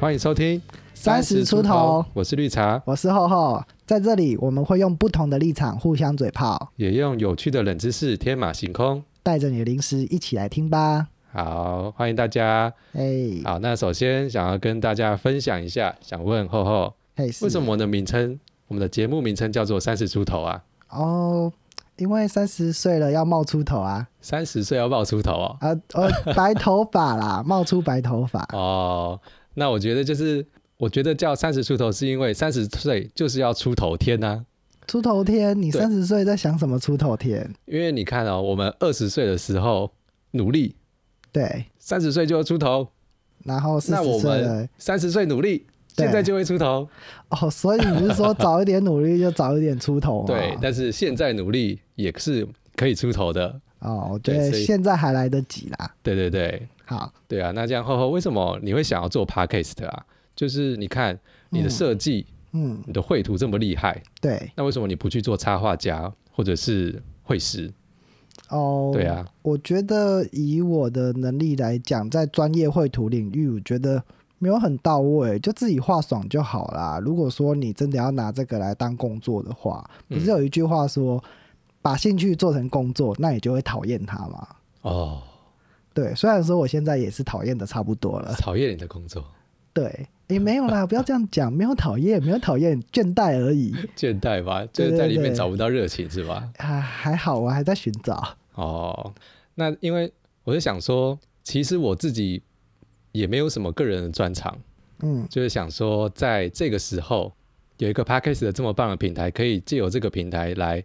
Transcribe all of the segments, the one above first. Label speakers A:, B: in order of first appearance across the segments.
A: 欢迎收听
B: 三十出头，
A: 我是绿茶，
B: 我是厚厚，在这里我们会用不同的立场互相嘴炮，
A: 也用有趣的冷知识天马行空。
B: 带着你的零食一起来听吧。
A: 好，欢迎大家。
B: 哎，
A: 好，那首先想要跟大家分享一下，想问厚厚，
B: 嘿，
A: 为什
B: 么？
A: 么我的名称，我们的节目名称叫做三十出头啊？
B: 哦，因为三十岁了要冒出头啊，
A: 三十岁要冒出头哦。
B: 啊，呃， 白头发啦，冒出白头发。
A: 哦，那我觉得就是，我觉得叫三十出头是因为三十岁就是要出头天啊呐、
B: 出头天，你
A: 对
B: 三十岁在想什么出头天？
A: 因为你看哦，我们二十岁的时候努力，
B: 对，
A: 三十岁就要出头，
B: 然后四
A: 那
B: 十
A: 我
B: 岁
A: 们
B: 了，
A: 三十岁努力，
B: 对
A: 现在就会出头。
B: 哦，所以你是说早一点努力就早一点出头嘛？啊
A: 对，但是现在努力也是可以出头的。
B: 哦，我觉
A: 对
B: 得
A: 所以
B: 现在还来得及啦。
A: 对对对，
B: 好，
A: 对啊。那这样厚厚，为什么你会想要做 podcast 啊？就是你看你的设计、
B: 嗯，
A: 你的绘图这么厉害，
B: 对，
A: 那为什么你不去做插画家或者是绘师？
B: 哦，
A: 对啊，
B: 我觉得以我的能力来讲，在专业绘图领域，我觉得没有很到位，就自己画爽就好啦。如果说你真的要拿这个来当工作的话，不是有一句话说，把兴趣做成工作，那你就会讨厌它嘛。
A: 哦，
B: 对，虽然说我现在也是讨厌的差不多了，
A: 讨厌你的工作，
B: 对，也没有啦，不要这样讲，没有讨厌，没有讨厌，倦怠而已，
A: 倦怠吧，就
B: 对
A: 是在里面
B: 对
A: 找不到热情是吧？
B: 啊，还好，我还在寻找，
A: 哦，那因为我就想说，其实我自己也没有什么个人的专长。
B: 嗯，
A: 就是想说，在这个时候有一个 podcast 的这么棒的平台，可以借由这个平台来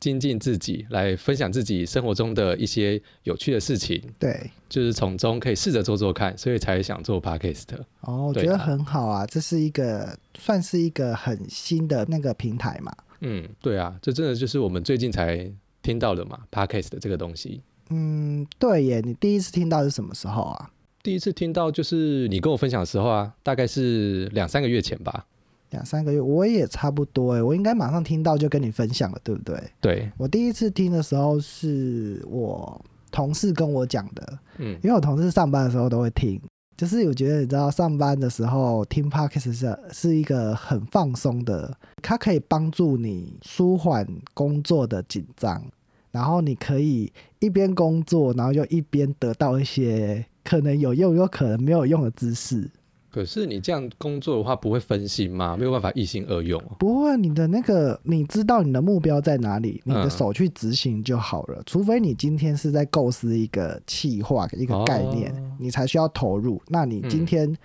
A: 精进自己，来分享自己生活中的一些有趣的事情，
B: 对。
A: 就是从中可以试着做做看，所以才想做 podcast。
B: 哦，我
A: 对
B: 觉得
A: 啊
B: 很好啊，这是一个算是一个很新的那个平台嘛。
A: 嗯，对啊，这真的就是我们最近才听到的嘛，podcast 这个东西。
B: 嗯，对耶，你第一次听到是什么时候啊？
A: 第一次听到就是你跟我分享的时候啊，大概是两三个月前吧。
B: 两三个月，我也差不多哎，我应该马上听到就跟你分享了，对不对？
A: 对，
B: 我第一次听的时候是我同事跟我讲的，
A: 嗯，
B: 因为我同事上班的时候都会听，就是我觉得你知道，上班的时候听 podcast 是是一个很放松的，它可以帮助你舒缓工作的紧张，然后你可以一边工作，然后又一边得到一些可能有用又可能没有用的知识。
A: 可是你这样工作的话，不会分心吗？没有办法一心二用哦。
B: 不会，你的那个，你知道你的目标在哪里，你的
A: 嗯
B: 手去执行就好了。除非你今天是在构思一个企划、一个概念，
A: 哦
B: 你才需要投入。那你今
A: 嗯
B: 天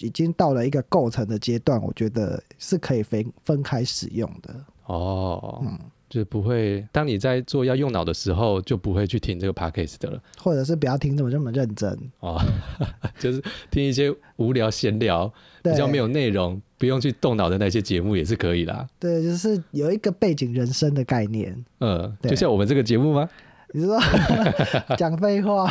B: 已经到了一个构成的阶段，我觉得是可以分分开使用的。
A: 哦，
B: 嗯
A: 就是不会，当你在做要用脑的时候，就不会去听这个 podcast 的了。
B: 或者是不要听这么这么认真，
A: 哦， 就是听一些无聊闲聊，
B: 对
A: 比较没有内容，不用去动脑的那些节目也是可以啦。
B: 对，就是有一个背景人生的概念。
A: 嗯，
B: 对
A: 就像我们这个节目吗？
B: 你是说 讲废话，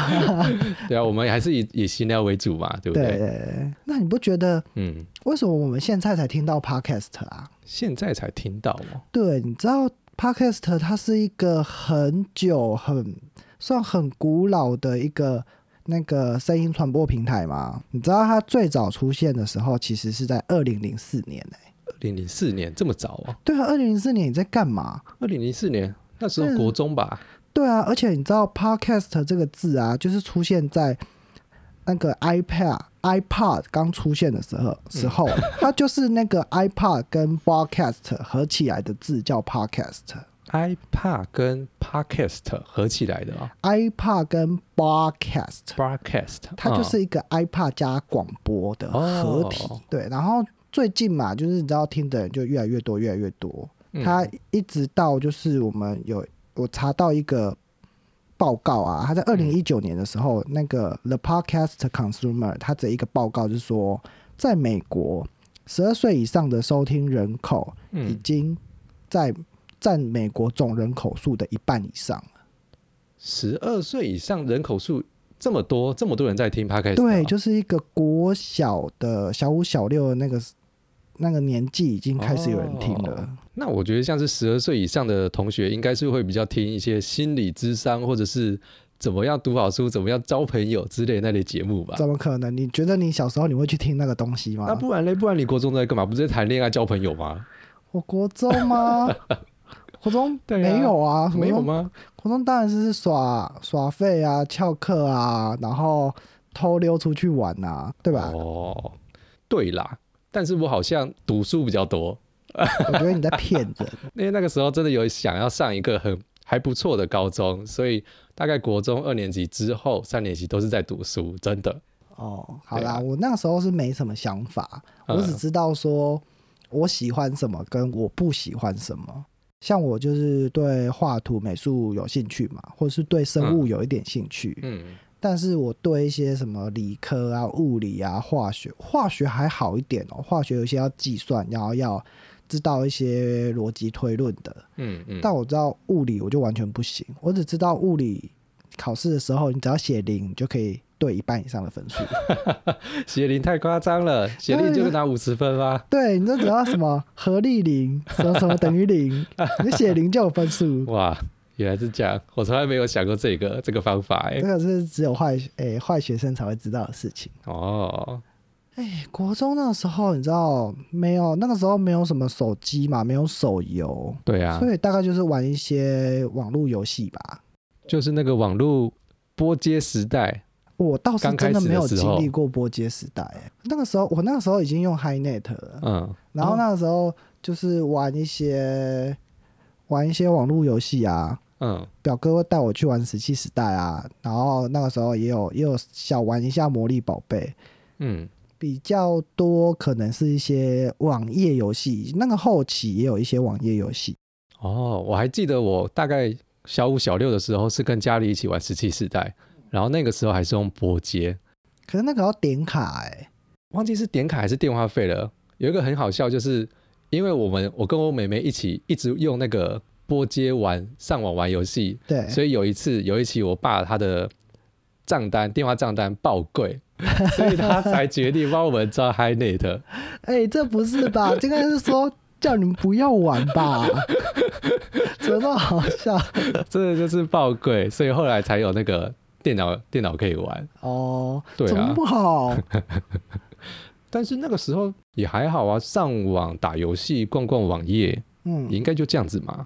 A: 对 啊，我们还是以以闲聊为主嘛，对不
B: 对
A: 对？
B: 对对。那你不觉得
A: 嗯，
B: 为什么我们现在才听到 podcast 啊？
A: 现在才听到哦。
B: 对，你知道 Podcast 它是一个很久、很算很古老的一个那个声音传播平台吗？你知道它最早出现的时候，其实是在二零零四年诶、
A: 二零零四年这么早哦？
B: 对啊，二零零四年你在干嘛？
A: 二零零四年那时候
B: 嗯
A: 国中吧？
B: 对啊，而且你知道 Podcast 这个字啊，就是出现在那个 iPad、iPod 刚出现的时候时候， 它就是那个 iPod 跟 Podcast 合起来的字叫 Podcast。
A: iPad 跟 Podcast 合起来的啊、
B: iPod 跟 Podcast
A: broadcast，
B: 它
A: 嗯
B: 就是一个 iPad 加广播的合体。
A: 哦
B: 对，然后最近嘛，就是你知道听的人就越来越多，越来越多。
A: 嗯
B: 它一直到就是我们有我查到一个报告啊，它在二零
A: 嗯
B: 一九年的时候，那个 The Podcast Consumer 它的一个报告就是说，在美国十二岁以上的收听人口已
A: 嗯，
B: 经在占美国总人口数的一半以上。
A: 十二岁以上人口数这么多，这么多人在听 podcast，
B: 对，
A: 啊
B: 就是一个国小的小五、小六的那个那个年纪，已经开始有人听了。
A: 哦那我觉得像是十二岁以上的同学，应该是会比较听一些心理智商或者是怎么样读好书，怎么样交朋友之类的那类节目吧。
B: 怎啊么可能？你觉得你小时候你会去听那个东西吗？
A: 那不然嘞？不然你国中在干嘛？不是在谈恋爱交朋友吗？
B: 我国中 吗？国中
A: 对啊
B: 没有啊，
A: 没有
B: 国中？
A: 吗？
B: 国中当然是耍耍废啊、翘课啊，然后偷溜出去玩啊，对吧？
A: 哦，对啦，但是我好像读书比较多，
B: 我觉得你在骗人。
A: 因为那个时候真的有想要上一个很还不错的高中，所以大概国中二年级之后三年级都是在读书，真的。
B: 哦，好
A: 对
B: 啦，
A: 啊
B: 我那时候是没什么想法，
A: 嗯
B: 我只知道说我喜欢什么跟我不喜欢什么。像我就是对画图、美术有兴趣嘛，或者是对生物有一点兴趣，
A: 嗯，
B: 但是我对一些什么理科啊、物理啊、化学，化学还好一点哦，化学有一些要计算，然后要知道一些逻辑推论的，
A: 嗯嗯，
B: 但我知道物理我就完全不行，我只知道物理考试的时候，你只要写零，你就可以对一半以上的分数。
A: 邪灵太夸张了，邪灵就拿五十分啦。
B: 对，你就只要什么合力零，什么什么等于 零，你写零就有分数。
A: 哇，原来是这样，我从来没有想过这个这个方法哎、
B: 这个是只有坏诶坏学生才会知道的事情。
A: 哦，
B: 哎，国中那个时候你知道没有？那个时候没有什么手机嘛，没有手游，
A: 对啊，
B: 所以大概就是玩一些网络游戏吧。
A: 就是那个网络波接时代，
B: 我倒是
A: 刚开
B: 真的
A: 始
B: 没
A: 的
B: 有
A: 时
B: 经历
A: 候
B: 过波接时代、哎那个时候我那个时候已经用 HiNet 了，
A: 嗯，
B: 然后那个时候就是玩一些、玩一些网络游戏啊，
A: 嗯，
B: 表哥会带我去玩《石器时代》啊，然后那个时候也有也有小玩一下《魔力宝贝》，
A: 嗯
B: 比较多可能是一些网页游戏，那个后期也有一些网页游戏。
A: 哦，我还记得我大概小五小六的时候是跟家里一起玩石器时代，然后那个时候还是用拨接，
B: 可是那个要点卡哎、
A: 忘记是点卡还是电话费了。有一个很好笑，就是因为我们我跟我妹妹一起一直用那个拨接玩上网玩游戏，
B: 对，
A: 所以有一次有一期我爸他的账单电话账单爆 贵，所以他才决定帮我们装 HiNet。
B: 哎、这不是吧？ 这个是说叫你们不要玩吧？ 怎么那么好笑？
A: 真的就是爆贵，所以后来才有那个电脑电脑可以玩。
B: 哦，
A: 对啊
B: 怎么 不好？
A: 但是那个时候也还好啊，上网打游戏、逛逛网页，也
B: 嗯
A: 应该就这样子嘛。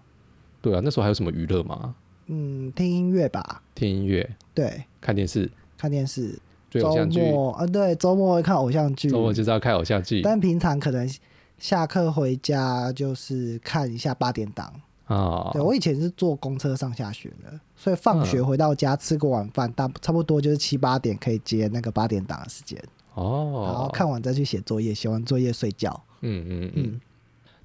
A: 对啊，那时候还有什么娱乐吗？
B: 嗯，听音乐吧，
A: 听音乐、
B: 对，
A: 看电视、
B: 看电视。
A: 追
B: 周
A: 偶像剧，
B: 末啊，对，周末会看偶像剧，
A: 周末就是要看偶像剧啊
B: 但平常可能下课回家就是看一下八点档。。对
A: 哦
B: 我以前是坐公车上下学的，所以放学回到家吃个晚饭，大差不多就是七八点可以接那个八点档的时间，然后
A: 哦，
B: 看完再去写作业，写完作业睡觉。
A: 嗯嗯
B: 嗯
A: 嗯。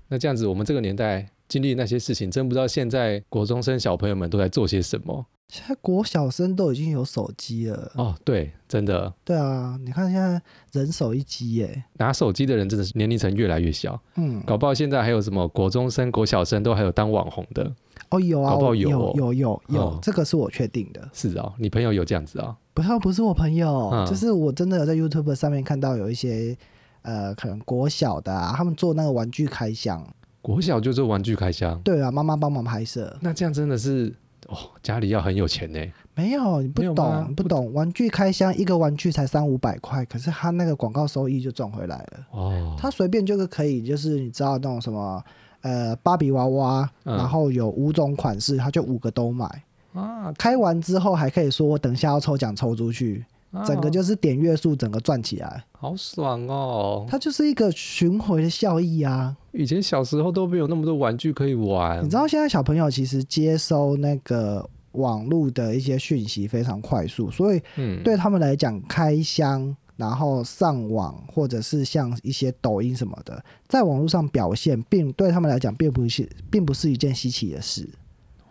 A: 那这样子，我们这个年代经历那些事情，真不知道现在国中生小朋友们都在做些什么
B: 现在国小生都已经有手机了，
A: 哦。对，真的
B: 对啊，你看现在人手一机耶，
A: 拿手机的人真的是年龄层越来越小。
B: 嗯，
A: 搞不好现在还有什么国中生、国小生都还有当网红的，
B: 哦有啊，
A: 搞不好
B: 我
A: 有哦
B: 有有有有
A: 哦，
B: 这个是我确定的。
A: 是哦，你朋友有这样子啊、
B: 不是不是我朋友，
A: 嗯
B: 就是我真的有在 YouTube 上面看到有一些呃，可能国小的啊，他们做那个玩具开箱，
A: 国小就做玩具开箱，
B: 对啊，妈妈帮忙拍摄，
A: 那这样真的是哦，家里要很有钱呢。
B: 没有你不
A: 没有
B: 懂
A: 吗
B: 你不懂，玩具开箱一个玩具才三五百块，可是他那个广告收益就赚回来了，
A: 哦，
B: 他随便就是可以，就是你知道那种什么。呃，芭比娃娃，
A: 嗯
B: 然后有五种款式，他就五个都买。
A: 啊，
B: 开完之后还可以说，我等一下要抽奖抽出去，
A: 啊
B: 整个就是点月数，整个赚起来。
A: 好爽哦。
B: 它就是一个巡回的效益啊！
A: 以前小时候都没有那么多玩具可以玩，
B: 你知道现在小朋友其实接收那个网络的一些讯息非常快速，所以
A: 嗯，
B: 对他们来讲，开箱然后上网或者是像一些抖音什么的，在网络上表现，并对他们来讲并不是并不是一件稀奇的事。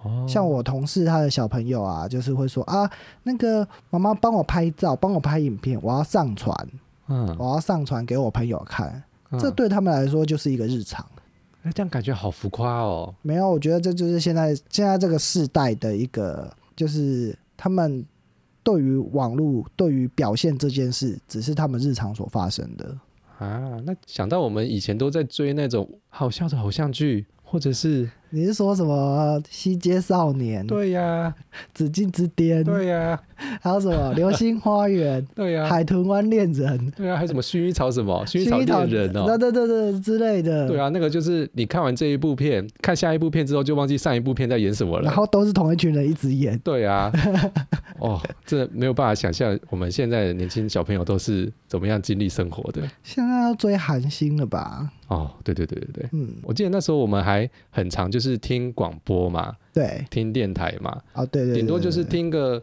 A: 哦，
B: 像我同事他的小朋友啊，就是会说啊，那个妈妈帮我拍照，帮我拍影片，我要上传，
A: 嗯，
B: 我要上传给我朋友看，
A: 嗯
B: 这对他们来说就是一个日常。
A: 那这样感觉好浮夸哦。
B: 没有，我觉得这就是现在现在这个世代的一个，就是他们对于网络、对于表现这件事，只是他们日常所发生的。
A: 啊，那想到我们以前都在追那种好笑的偶像剧，或者是
B: 你是说什么西街少年、
A: 对呀、
B: 紫禁之巅，
A: 对呀、
B: 还有什么流星花园、
A: 对啊呀、
B: 海豚湾恋人、
A: 对呀、还有什么薰衣草什 么薰衣草
B: 薰衣草
A: 恋人哦、
B: 对对对对之类的，
A: 对啊，那个就是你看完这一部片，看下一部片之后就忘记上一部片在演什么
B: 然
A: 了。
B: 后都是同一群人一直演，
A: 对 啊，哦，这没有办法想象我们现在的年轻小朋友都是怎么样经历生活的。
B: 现在要追韩星了吧？
A: 哦，对对对对对，
B: 嗯，
A: 我记得那时候我们还很常就是听广播嘛，
B: 对，
A: 听电台嘛，
B: 哦对对对，
A: 顶多就是
B: 对
A: 听个。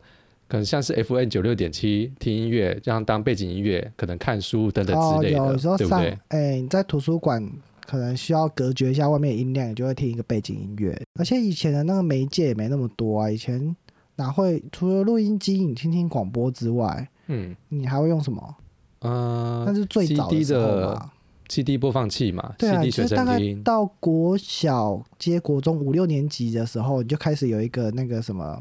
A: 可能像是 FM 九六点七听音乐，这样当背景音乐，可能看书等等
B: 哦
A: 之类的，
B: 有有时候
A: 对不
B: 上
A: 对？
B: 哎、你在图书馆可能需要隔绝一下外面的音量，你就会听一个背景音乐。而且以前的那个媒介也没那么多啊，以前哪会除了录音机你听听广播之外，
A: 嗯
B: 你还会用什么？
A: 嗯、
B: 那是最早
A: CD
B: 时候
A: 的
B: 嘛。
A: CD 播放器嘛、
B: 对
A: c
B: 啊，
A: d
B: 就
A: 随
B: 是大
A: 身
B: 概
A: 听，
B: 到国小接国中五六年级的时候，你就开始有一个那个什么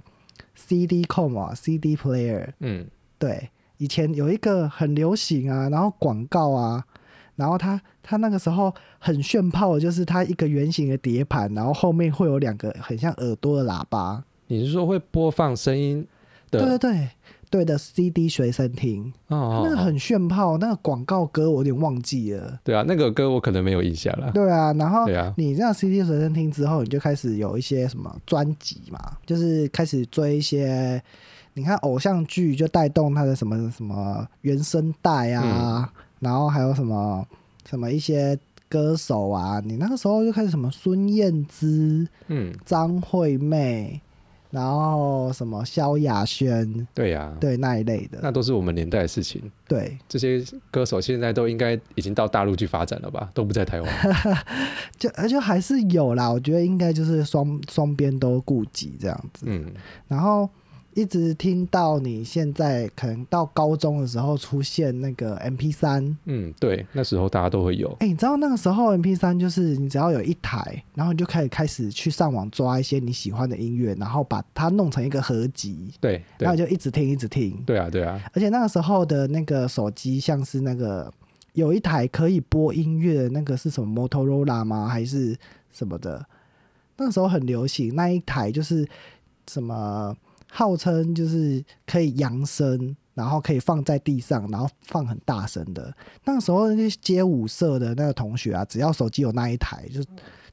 B: CD 控嘛，CD player。
A: 嗯，
B: 对，以前有一个很流行啊，然后广告啊，然后它它那个时候很炫炮的，就是它一个圆形的碟盘，然后后面会有两个很像耳朵的喇叭。
A: 你是说会播放声音的？
B: 对对对对的，CD 随身听，
A: 哦哦，
B: 那个
A: 哦
B: 很炫炮，那个广告歌我有点忘 记了。
A: 对啊，那个歌我可能没有印象了。
B: 对啊，然后
A: 对啊，
B: 你这样 CD 随身听之后，你就开始有一些什么专辑嘛，就是开始追一些，你看偶像剧就带动它的什么什么原声带啊，然后还有什么什么一些歌手啊，你那个时候就开始什么孙燕姿、
A: 嗯，
B: 张惠妹，然后什么萧亚轩，
A: 对呀，
B: 对那一类的，
A: 那都是我们年代的事情。
B: 对，
A: 这些歌手现在都应该已经到大陆去发展了吧？都不在台 湾。
B: 就而且还是有啦，我觉得应该就是双双边都顾及这样子，
A: 嗯，
B: 然后一直听到你现在可能到高中的时候出现那个 MP 三，
A: 嗯，对，那时候大家都会有。
B: 哎，你知道那个时候 MP 三就是你只要有一台，然后你就可以开始去上网抓一些你喜欢的音乐，然后把它弄成一个合集，
A: 对
B: 然后
A: 对
B: 你就一直听一直听。
A: 对啊对啊，
B: 而且那个时候的那个手机像是那个有一台可以播音乐的那个是什么 Motorola 吗？还是什么的？那时候很流行那一台就是什么号称就是可以扬声，然后可以放在地上，然后放很大声的。那个时候那些街舞社的那个同学啊，只要手机有那一台，就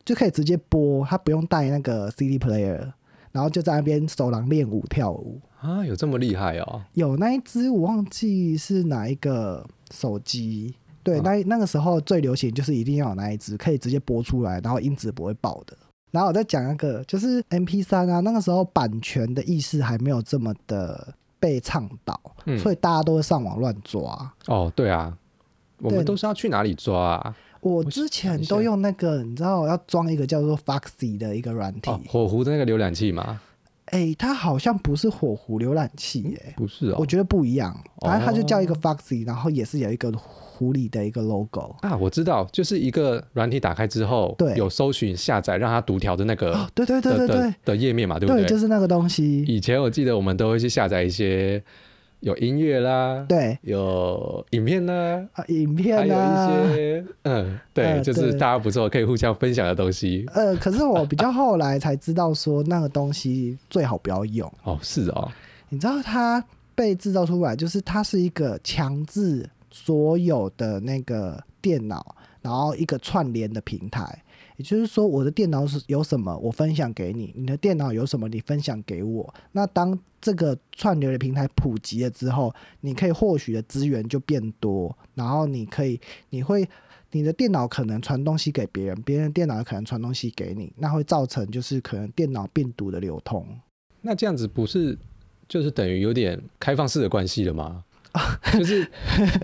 B: 就可以直接播，他不用带那个 CD player，然后就在那边手狼练舞跳舞。
A: 啊，有这么厉害哦。
B: 有那一只我忘记是哪一个手机。对，
A: 嗯
B: 那那个时候最流行就是一定要有那一只，可以直接播出来，然后音质不会爆的。然后我再讲那个，就是 M P 三啊，那个时候版权的意识还没有这么的被倡导，
A: 嗯，
B: 所以大家都会上网乱抓。
A: 哦，对啊，我们
B: 对
A: 都是要去哪里抓啊？
B: 我
A: 想
B: 之前
A: 一下
B: 都用那个，你知道我要装一个叫做 Foxy 的一个软体，
A: 哦，火狐的那个浏览器嘛，
B: 哎、它好像不是火狐浏览器、耶。
A: 不是哦
B: 我。觉得不一样，反正它就叫一个
A: 哦
B: Foxy，然后也是有一个狐狸的一个 logo。
A: 啊，我知道，就是一个软体打开之后，
B: 对
A: 有搜寻下载让它读条的那个
B: 哦，对对对
A: 的
B: 对
A: 的
B: 对，
A: 的页面嘛，呃对不
B: 对，
A: 对？
B: 就是那个东西。
A: 以前我记得我们都会去下载一些有音乐啦，
B: 对
A: 有影片啦，
B: 啊，影
A: 还
B: 片
A: 有一
B: 啊，
A: 些嗯，对，
B: 呃
A: 就是
B: 对
A: 大家不错，可以互相分享的东西。
B: 呃，可是我比较后来才知道说那个东西最好不要用。
A: 哦，是哦，
B: 你知道它被制造出来，就是它是一个强制所有的那个电脑，然后一个串联的平台。也就是说，我的电脑是有什么，我分享给你；你的电脑有什么，你分享给我。那当这个串流的平台普及了之后，你可以获取的资源就变多，然后你可以，你会，你的电脑可能传东西给别人，别人的电脑可能传东西给你，那会造成就是可能电脑病毒的流通。
A: 那这样子不是就是等于有点开放式的关系了 吗？就是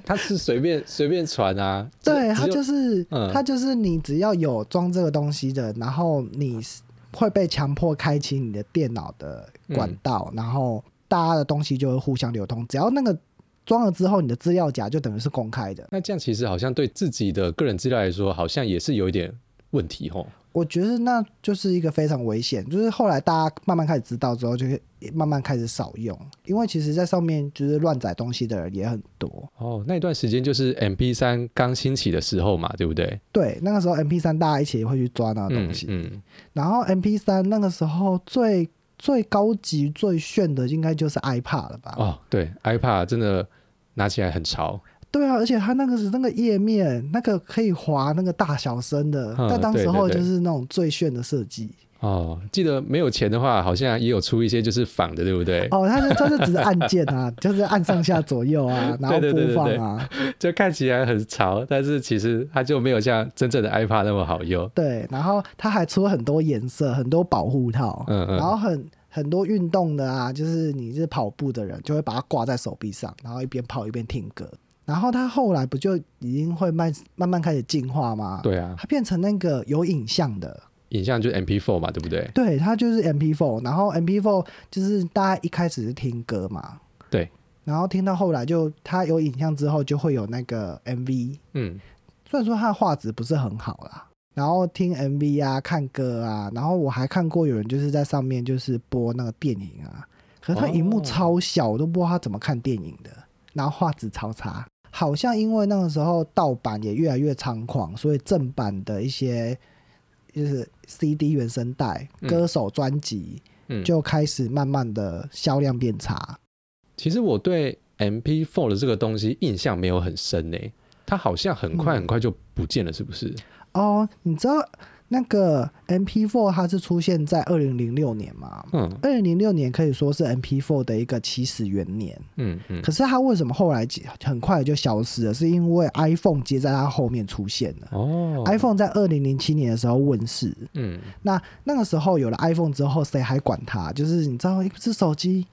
A: 它是随便随便传啊，只
B: 对，
A: 只
B: 它
A: 有
B: 就是、
A: 嗯
B: 它就是你只要有装这个东西的，然后你是会被强迫开启你的电脑的
A: 嗯
B: 管道，然后大家的东西就会互相流通。只要那个装了之后，你的资料夹就等于是公开的。
A: 那这样其实好像对自己的个人资料来说，好像也是有一点问题吼。
B: 我觉得那就是一个非常危险，就是后来大家慢慢开始知道之后，就会慢慢开始少用，因为其实在上面就是乱载东西的人也很多。
A: 哦，那一段时间就是 M P 三刚兴起的时候嘛，对不对？
B: 对，那个时候 M P 三大家一起会去抓那个东西，
A: 嗯嗯，
B: 然后 M P 三那个时候最最高级最炫的应该就是 iPad 了吧？
A: 哦，对，iPad 真的拿起来很潮，
B: 对啊，而且它那个是那个页面，那个可以滑那个大小声的，
A: 嗯
B: 在当时候
A: 对对
B: 就
A: 对
B: 是那种最炫的设计。
A: 哦，记得没有钱的话，好像也有出一些就是仿的，对不对？
B: 哦，它就它就只是按键啊， 就是按上下左右啊，然后
A: 对对对
B: 播
A: 对
B: 放
A: 对
B: 啊，
A: 就看起来很潮，但是其实它就没有像真正的 iPad 那么好用。
B: 对，然后它还出了很多颜色，很多保护套，
A: 嗯嗯
B: 然后很很多运动的啊，就是你是跑步的人就会把它挂在手臂上，然后一边跑一边听歌。然后它后来不就已经会慢慢慢开始进化吗？，
A: 对啊，
B: 它变成那个有影像的，
A: 影像就是 MP4 嘛，对不对？
B: 对，它就是 MP4，然后 MP4 就是大家一开始是听歌嘛，
A: 对，
B: 然后听到后来就它有影像之后就会有那个 MV，
A: 嗯，
B: 虽然说它的画质不是很好啦，然后听 MV 啊、看歌啊，然后我还看过有人就是在上面就是播那个电影啊，可是它荧幕
A: 哦
B: 超小，我都不知道他怎么看电影的，然后画质超差。好像因为那个时候盗版也越来越猖狂，所以正版的一些就是 CD 原声带、
A: 嗯
B: 歌手专辑
A: 嗯
B: 就开始慢慢的销量变差。
A: 其实我对 MP4 的这个东西印象没有很深呢、它好像很快很快就不见了，是不是？
B: 哦，你知道那个 MP4 它是出现在二零零六年吗？
A: 嗯
B: 二零零六年可以说是 MP4 的一个起始元年，
A: 嗯嗯
B: 可，是它为什么后来很快就消失了？是因为 iPhone 接在它后面出现了。
A: 哦
B: iPhone 在二零零七年的时候问世，
A: 嗯
B: 那那个时候有了 iPhone 之后，谁还管它？就是你知道，一只手机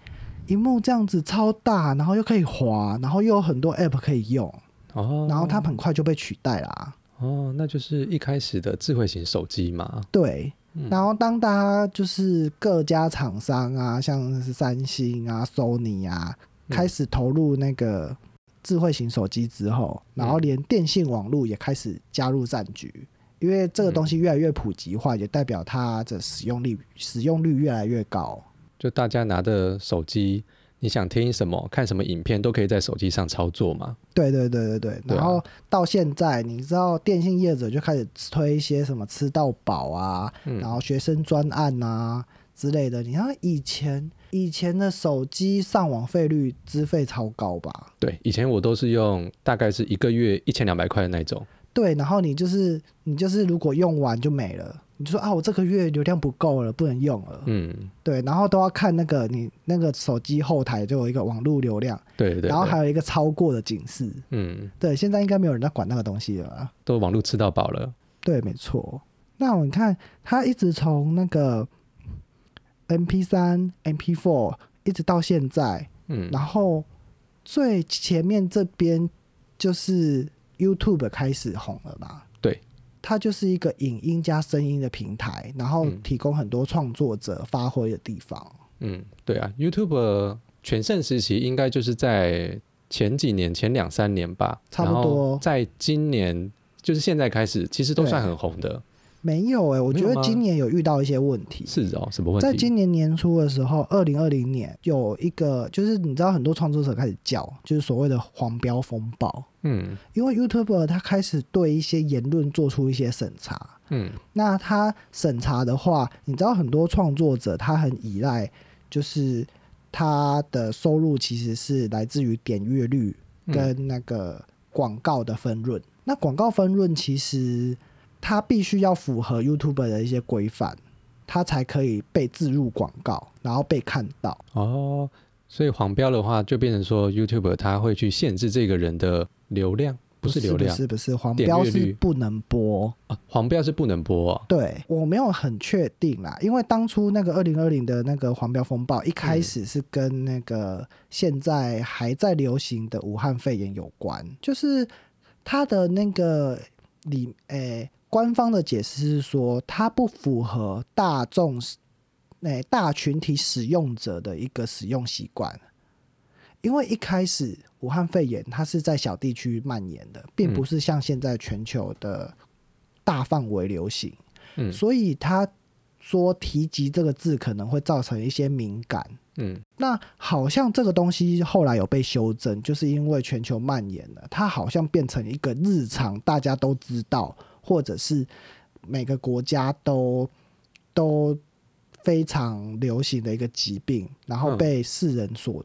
B: 荧幕这样子超大，然后又可以滑，然后又有很多 App 可以用，
A: 哦，
B: 然后它很快就被取代啦、
A: 哦，那就是一开始的智慧型手机嘛，
B: 对
A: 嗯，
B: 然后当大家就是各家厂商啊，像是三星啊、Sony 啊，
A: 嗯
B: 开始投入那个智慧型手机之后，然后连电信网络也开始加入战局。因为这个东西越来越普及化，也代表它的使用率使用率越来越高。
A: 就大家拿的手机，你想听什么、看什么影片，都可以在手机上操作嘛。
B: 对对对对对，
A: 对啊
B: 然后到现在，你知道电信业者就开始推一些什么吃到饱啊，
A: 嗯
B: 然后学生专案啊之类的。你看以前以前的手机上网费率资费超高吧？
A: 对，以前我都是用大概是一个月一千两百块的那种，
B: 对，然后你就是你就是如果用完就没了，你就说啊我这个月流量不够了，不能用了。
A: 嗯，
B: 对，然后都要看那个你那个手机后台就有一个网络流量，
A: 对对对，
B: 然后还有一个超过的警示。
A: 嗯，
B: 对，现在应该没有人在管那个东西了啊。
A: 都网络吃到饱了，
B: 对，没错。那我们看，它一直从那个 MP 三、MP four 一直到现在，
A: 嗯，
B: 然后最前面这边就是 YouTube 开始红了吧？
A: 对，
B: 它就是一个影音加声音的平台，然后
A: 嗯
B: 提供很多创作者发挥的地方。
A: 嗯，对啊，YouTube 全盛时期应该就是在前几年、前两三年吧，
B: 差不
A: 然后
B: 多
A: 在今年就是现在开始，其实都
B: 对
A: 算很红的。
B: 没有哎、我
A: 没
B: 觉
A: 有
B: 得
A: 吗
B: 今年有遇到一些问题。
A: 是哦，什么问题？
B: 在今年年初的时候，二零二零年有一个，就是你知道很多创作者开始叫，就是所谓的黄标风暴，
A: 嗯
B: 因为 YouTube 它开始对一些言论做出一些审查。
A: 嗯，
B: 那它审查的话，你知道很多创作者他很依赖，就是他的收入其实是来自于点阅率
A: 嗯
B: 跟那个广告的分润。那广告分润其实它必须要符合 YouTube 的一些规范，它才可以被置入广告，然后被看到。
A: 哦，所以黄标的话，就变成说 YouTube 它会去限制这个人的流量，不是流量
B: 不是不是黄
A: 点
B: 标
A: 阅
B: 是
A: 率
B: 不能播。
A: 啊，黄标是不能播、哦。
B: 对我没有很确定啦，因为当初那个二零二零的那个黄标风暴，一开始是跟那个现在还在流行的武汉肺炎有关，就是它的那个里诶、官方的解释是说它不符合大众使诶、大群体使用者的一个使用习惯，因为一开始武汉肺炎它是在小地区蔓延的，并不是像现在全球的大范围流行。
A: 嗯
B: 所以他说提及这个字可能会造成一些敏感。
A: 嗯
B: 那好像这个东西后来有被修正，就是因为全球蔓延了，它好像变成一个日常大家都知道，或者是每个国家都都非常流行的一个疾病，然后
A: 嗯
B: 被世人所、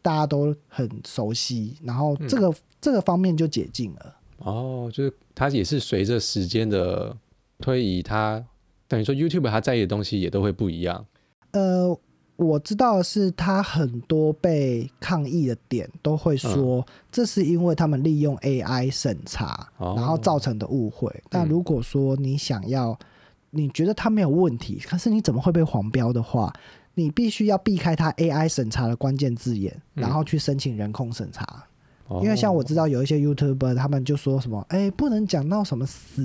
B: 大家都很熟悉，然后这个、这个方面就解禁了。
A: 哦，就是它也是随着时间的推移，它等于说 YouTube 它在意的东西也都会不一样。
B: 呃，我知道的是，他很多被抗议的点都会说，
A: 嗯
B: 这是因为他们利用 AI 审查，
A: 哦嗯
B: 然后造成的误会。但如果说你想要，你觉得他没有问题，可是你怎么会被黄标的话，你必须要避开他 AI 审查的关键字眼，
A: 嗯
B: 然后去申请人工审查。
A: 哦、
B: 因为像我知道有一些 YouTuber，他们就说什么，哎、不能讲到什么死，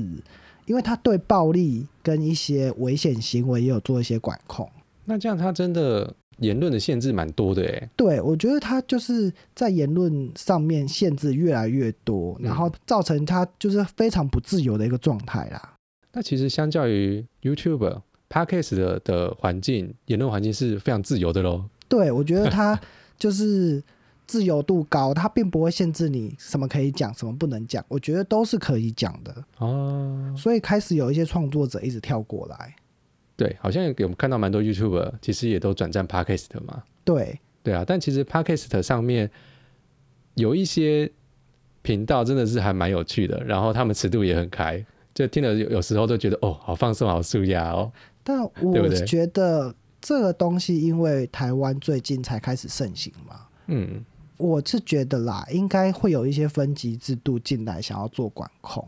B: 因为他对暴力跟一些危险行为也有做一些管控。
A: 那这样，它真的言论的限制蛮多的诶。
B: 对，我觉得他就是在言论上面限制越来越多，
A: 嗯
B: 然后造成他就是非常不自由的一个状态啦。
A: 那其实相较于 YouTube、Podcast 的的环境，言论环境是非常自由的喽。
B: 对，我觉得 他就是自由度高，他并不会限制你什么可以讲，什么不能讲，我觉得都是可以讲的。
A: 哦，
B: 所以开始有一些创作者一直跳过来，
A: 对，好像有看到蛮多 YouTuber 其实也都转战 Podcast 的嘛。
B: 对
A: 对啊，但其实 Podcast 上面有一些频道真的是还蛮有趣的，然后他们尺度也很开，就听了有有时候都觉得哦，好放松，好舒压哦。
B: 但
A: 对
B: 我
A: 不对
B: 觉得这个东西因为台湾最近才开始盛行嘛，
A: 嗯，
B: 我是觉得啦，应该会有一些分级制度进来，想要做管控。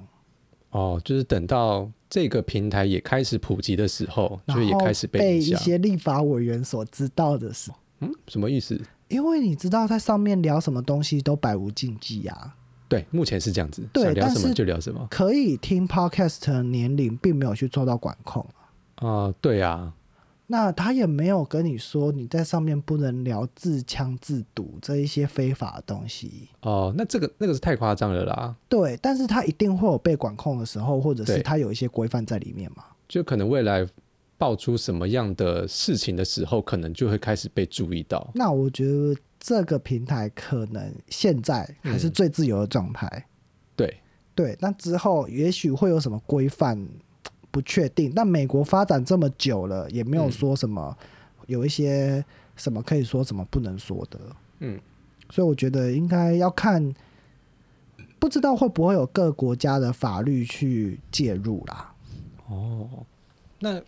A: 哦，就是等到这个平台也开始普及的时候，
B: 然
A: 就
B: 后
A: 也开始影
B: 被一
A: 响。
B: 些立法委员所知道的事，
A: 嗯，什么意思？
B: 因为你知道在上面聊什么东西都百无禁忌啊。
A: 对，目前是这样子，
B: 对
A: 想聊
B: 但
A: 什么
B: 是
A: 就聊什么。
B: 可以听 podcast 的年龄并没有去做到管控，
A: 啊、对啊，
B: 那他也没有跟你说你在上面不能聊自枪自毒这一些非法的东西。
A: 哦、那这个那个是太夸张了啦，
B: 对，但是他一定会有被管控的时候，或者是
A: 对
B: 他有一些规范在里面嘛。
A: 就可能未来爆出什么样的事情的时候，可能就会开始被注意到。
B: 那我觉得这个平台可能现在还是
A: 嗯
B: 最自由的状态。
A: 对，
B: 对，那之后也许会有什么规范，不确定。但美国发展这么久了，也没有
A: 嗯
B: 说什么，有一些什么可以说，什么不能说的。
A: 嗯，
B: 所以我觉得应该要看，不知道会不会有各国家的法律去介入啦。
A: 哦，那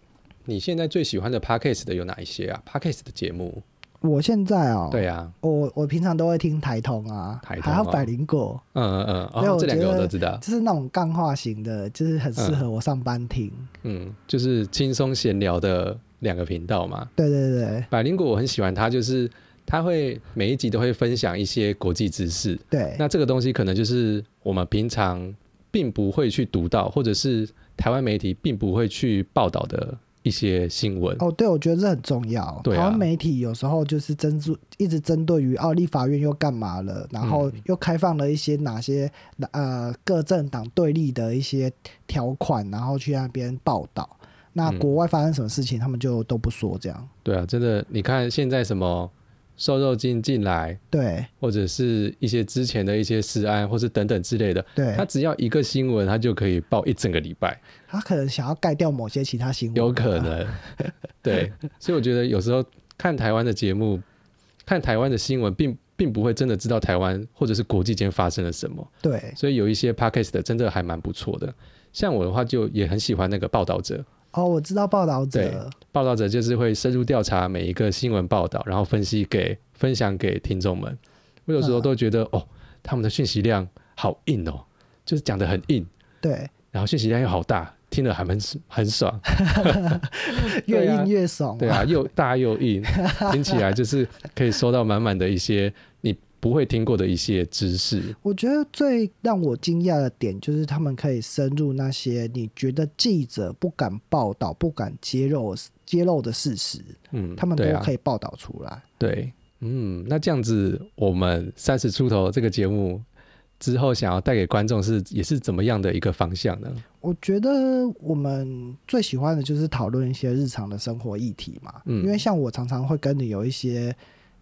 A: 你现在最喜欢的 podcast 的有哪一些啊？podcast 的节目？
B: 我现在哦、
A: 对啊，
B: 我我平常都会听台通啊，
A: 台通
B: 还有
A: 哦
B: 百灵果，
A: 嗯嗯嗯，
B: 对
A: 哦，
B: 我
A: 这两
B: 觉
A: 个我
B: 得
A: 都知道。
B: 就是那种干化型的，就是很适
A: 嗯
B: 合我上班听。
A: 嗯，就是轻松闲聊的两个频道嘛。
B: 对对对
A: 百灵果我很喜欢它，就是它会每一集都会分享一些国际知识。
B: 对，
A: 那这个东西可能就是我们平常并不会去读到，或者是台湾媒体并不会去报道的一些新闻。
B: 哦，对，我觉得这很重要。
A: 对啊
B: 台湾媒体有时候就是针注，一直针对于奥利法院又干嘛了，然后
A: 嗯
B: 又开放了一些哪些呃各政党对立的一些条款，然后去那边报道。那
A: 嗯
B: 国外发生什么事情，他们就都不说这样。
A: 对啊，真的，你看现在什么瘦肉精进来，
B: 对
A: 或者是一些之前的一些事案，或是等等之类的，
B: 对
A: 它，只要一个新闻，它就可以报一整个礼拜，
B: 他可能想要盖掉某些其他新闻，啊
A: 有可。能。对，所以我觉得有时候看台湾的节目，看台湾的新闻，并并不会真的知道台湾或者是国际间发生了什么，
B: 对
A: 所以有一些 podcast 真的还蛮不错的。像我的话，就也很喜欢那个报道者，
B: 哦，我知道报道者，
A: 报道者就是会深入调查每一个新闻报道，然后分析给分享给听众们。我有时候
B: 嗯
A: 都觉得、哦，他们的讯息量好硬哦，就是讲的很硬，
B: 对，
A: 然后讯息量又好大，听了还蛮很爽。
B: 越
A: 对啊
B: 硬越爽、
A: 对， 啊，又大又硬，听起来就是可以收到满满的一些你不会听过的一些知识。
B: 我觉得最让我惊讶的点就是，他们可以深入那些你觉得记者不敢报道、不敢揭露揭露的事实，
A: 嗯，
B: 他们都
A: 对啊
B: 可以报道出来。
A: 对，嗯，那这样子，我们三十出头这个节目之后想要带给观众是也是怎么样的一个方向呢？
B: 我觉得我们最喜欢的就是讨论一些日常的生活议题嘛，
A: 嗯
B: 因为像我常常会跟你有一些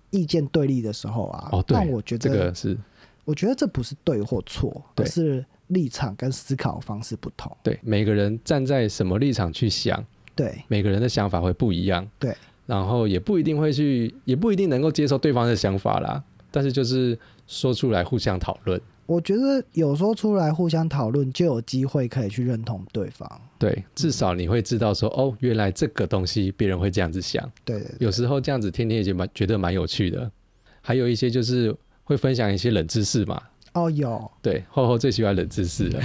B: 意见对立的时候啊，
A: 哦对
B: 但我觉
A: 这
B: 得、
A: 个是
B: 我觉得这不是对或错，
A: 对
B: 而是立场跟思考方式不同。
A: 对每个人站在什么立场去想，
B: 对
A: 每个人的想法会不一样。
B: 对，
A: 然后也不一定会去，也不一定能够接受对方的想法啦。但是就是说出来互相讨论，
B: 我觉得有时候出来互相讨论，就有机会可以去认同对方。
A: 对，至少你会知道说，哦，原来这个东西别人会这样子想。
B: 对对对
A: 有时候这样子天天也觉得蛮觉得蛮有趣的。还有一些就是会分享一些冷知识嘛，
B: 哦，有，
A: 对，厚厚最喜欢冷知识了。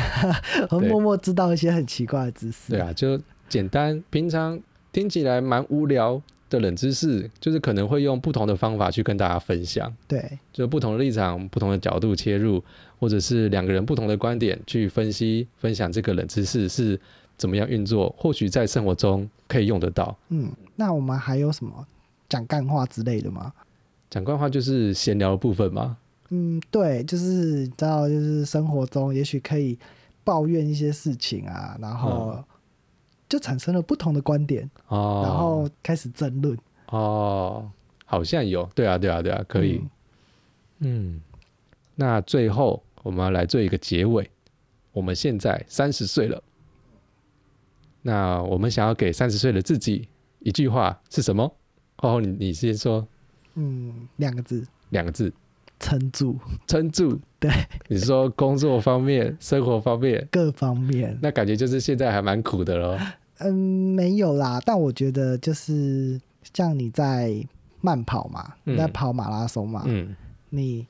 B: 和默默知道一些很奇怪的知识。
A: 对啊，就简单，平常听起来蛮无聊的冷知识，就是可能会用不同的方法去跟大家分享，
B: 对
A: 就不同的立场、不同的角度切入，或者是两个人不同的观点去分析、分享这个冷知识是怎么样运作，或许在生活中可以用得到。
B: 嗯，那我们还有什么讲干话之类的吗？
A: 讲官话就是闲聊的部分嘛，
B: 嗯，对，就是你知道，就是生活中也许可以抱怨一些事情啊，然后就产生了不同的观点，
A: 嗯哦，
B: 然后开始争论。
A: 哦，好像有，对啊，对啊，对啊，可以，嗯，那最后我们要来做一个结尾。我们现在三十岁了，那我们想要给三十岁的自己一句话是什么？哦，你你先说
B: 嗯，两个字，
A: 两个字，
B: 撑住
A: 撑住。
B: 对，
A: 你说工作方面、生活方面，
B: 各方面。
A: 那感觉就是现在还蛮苦的咯。
B: 嗯，没有啦，但我觉得就是像你在慢跑嘛，
A: 嗯
B: 你在跑马拉松嘛，
A: 嗯，
B: 你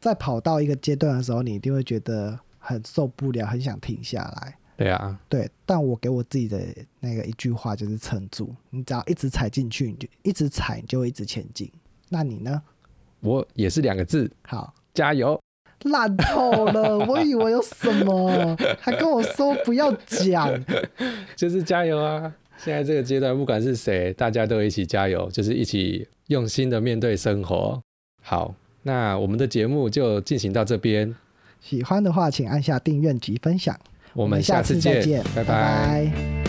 B: 在跑到一个阶段的时候，你一定会觉得很受不了，很想停下来。
A: 对啊，
B: 对，但我给我自己的那个一句话就是撑住，你只要一直踩进去，你就一直踩，你就会一直前进。那你呢？
A: 我也是两个字，
B: 好，
A: 加油。
B: 烂透了，我以为有什么，还跟我说不要讲，
A: 就是加油啊！现在这个阶段，不管是谁，大家都一起加油，就是一起用心的面对生活。好，那我们的节目就进行到这边，
B: 喜欢的话，请按下订阅及分享。
A: 我
B: 我
A: 们下次见，
B: 见，
A: 拜
B: 拜
A: 拜
B: 拜